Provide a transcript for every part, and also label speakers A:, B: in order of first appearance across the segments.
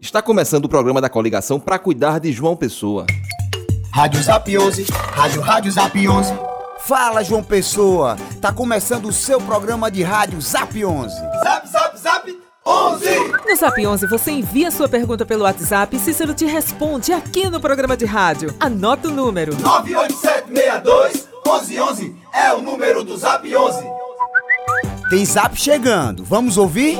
A: Está começando o programa da coligação para cuidar de João Pessoa.
B: Rádio Zap 11, Rádio Rádio Zap 11. Fala João Pessoa, tá começando o seu programa de rádio Zap 11.
C: Zap, zap, zap 11!
D: No Zap 11 você envia sua pergunta pelo WhatsApp e Cícero te responde aqui no programa de rádio. Anota o número.
C: 98762 1111 é o número do Zap 11.
B: Tem Zap chegando, vamos ouvir?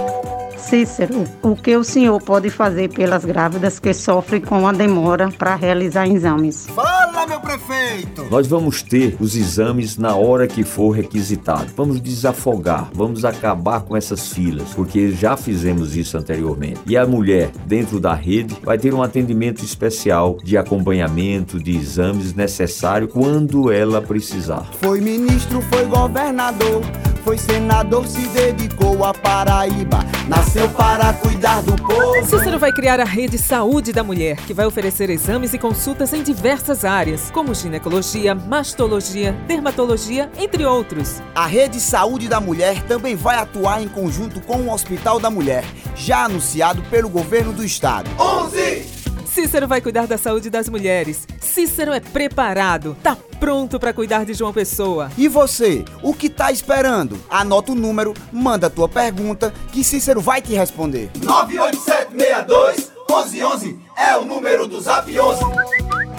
E: Cícero, o que o senhor pode fazer pelas grávidas que sofrem com a demora para realizar exames?
B: Fala meu prefeito!
F: Nós vamos ter os exames na hora que for requisitado. Vamos desafogar, vamos acabar com essas filas, porque já fizemos isso anteriormente. E a mulher, dentro da rede, vai ter um atendimento especial de acompanhamento de exames necessário quando ela precisar.
B: Foi ministro, foi governador, foi senador, se dedicou à Paraíba. Nasceu para cuidar do povo.
D: Cícero vai criar a Rede Saúde da Mulher, que vai oferecer exames e consultas em diversas áreas, como ginecologia, mastologia, dermatologia, entre outros.
B: A Rede Saúde da Mulher também vai atuar em conjunto com o Hospital da Mulher, já anunciado pelo governo do estado.
C: 11!
D: Cícero vai cuidar da saúde das mulheres. Cícero é preparado, tá pronto para cuidar de João Pessoa.
B: E você, o que tá esperando? Anota o número, manda tua pergunta, que Cícero vai te responder.
C: 98762 1111 é o número do Zap 11.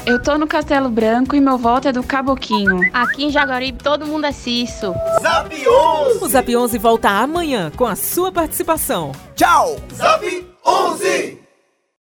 G: Eu tô no Castelo Branco e meu voto é do Caboquinho.
H: Aqui em Jaguaribe todo mundo é Cício.
C: Zap 11!
D: O Zap 11 volta amanhã com a sua participação.
B: Tchau!
C: Zap 11!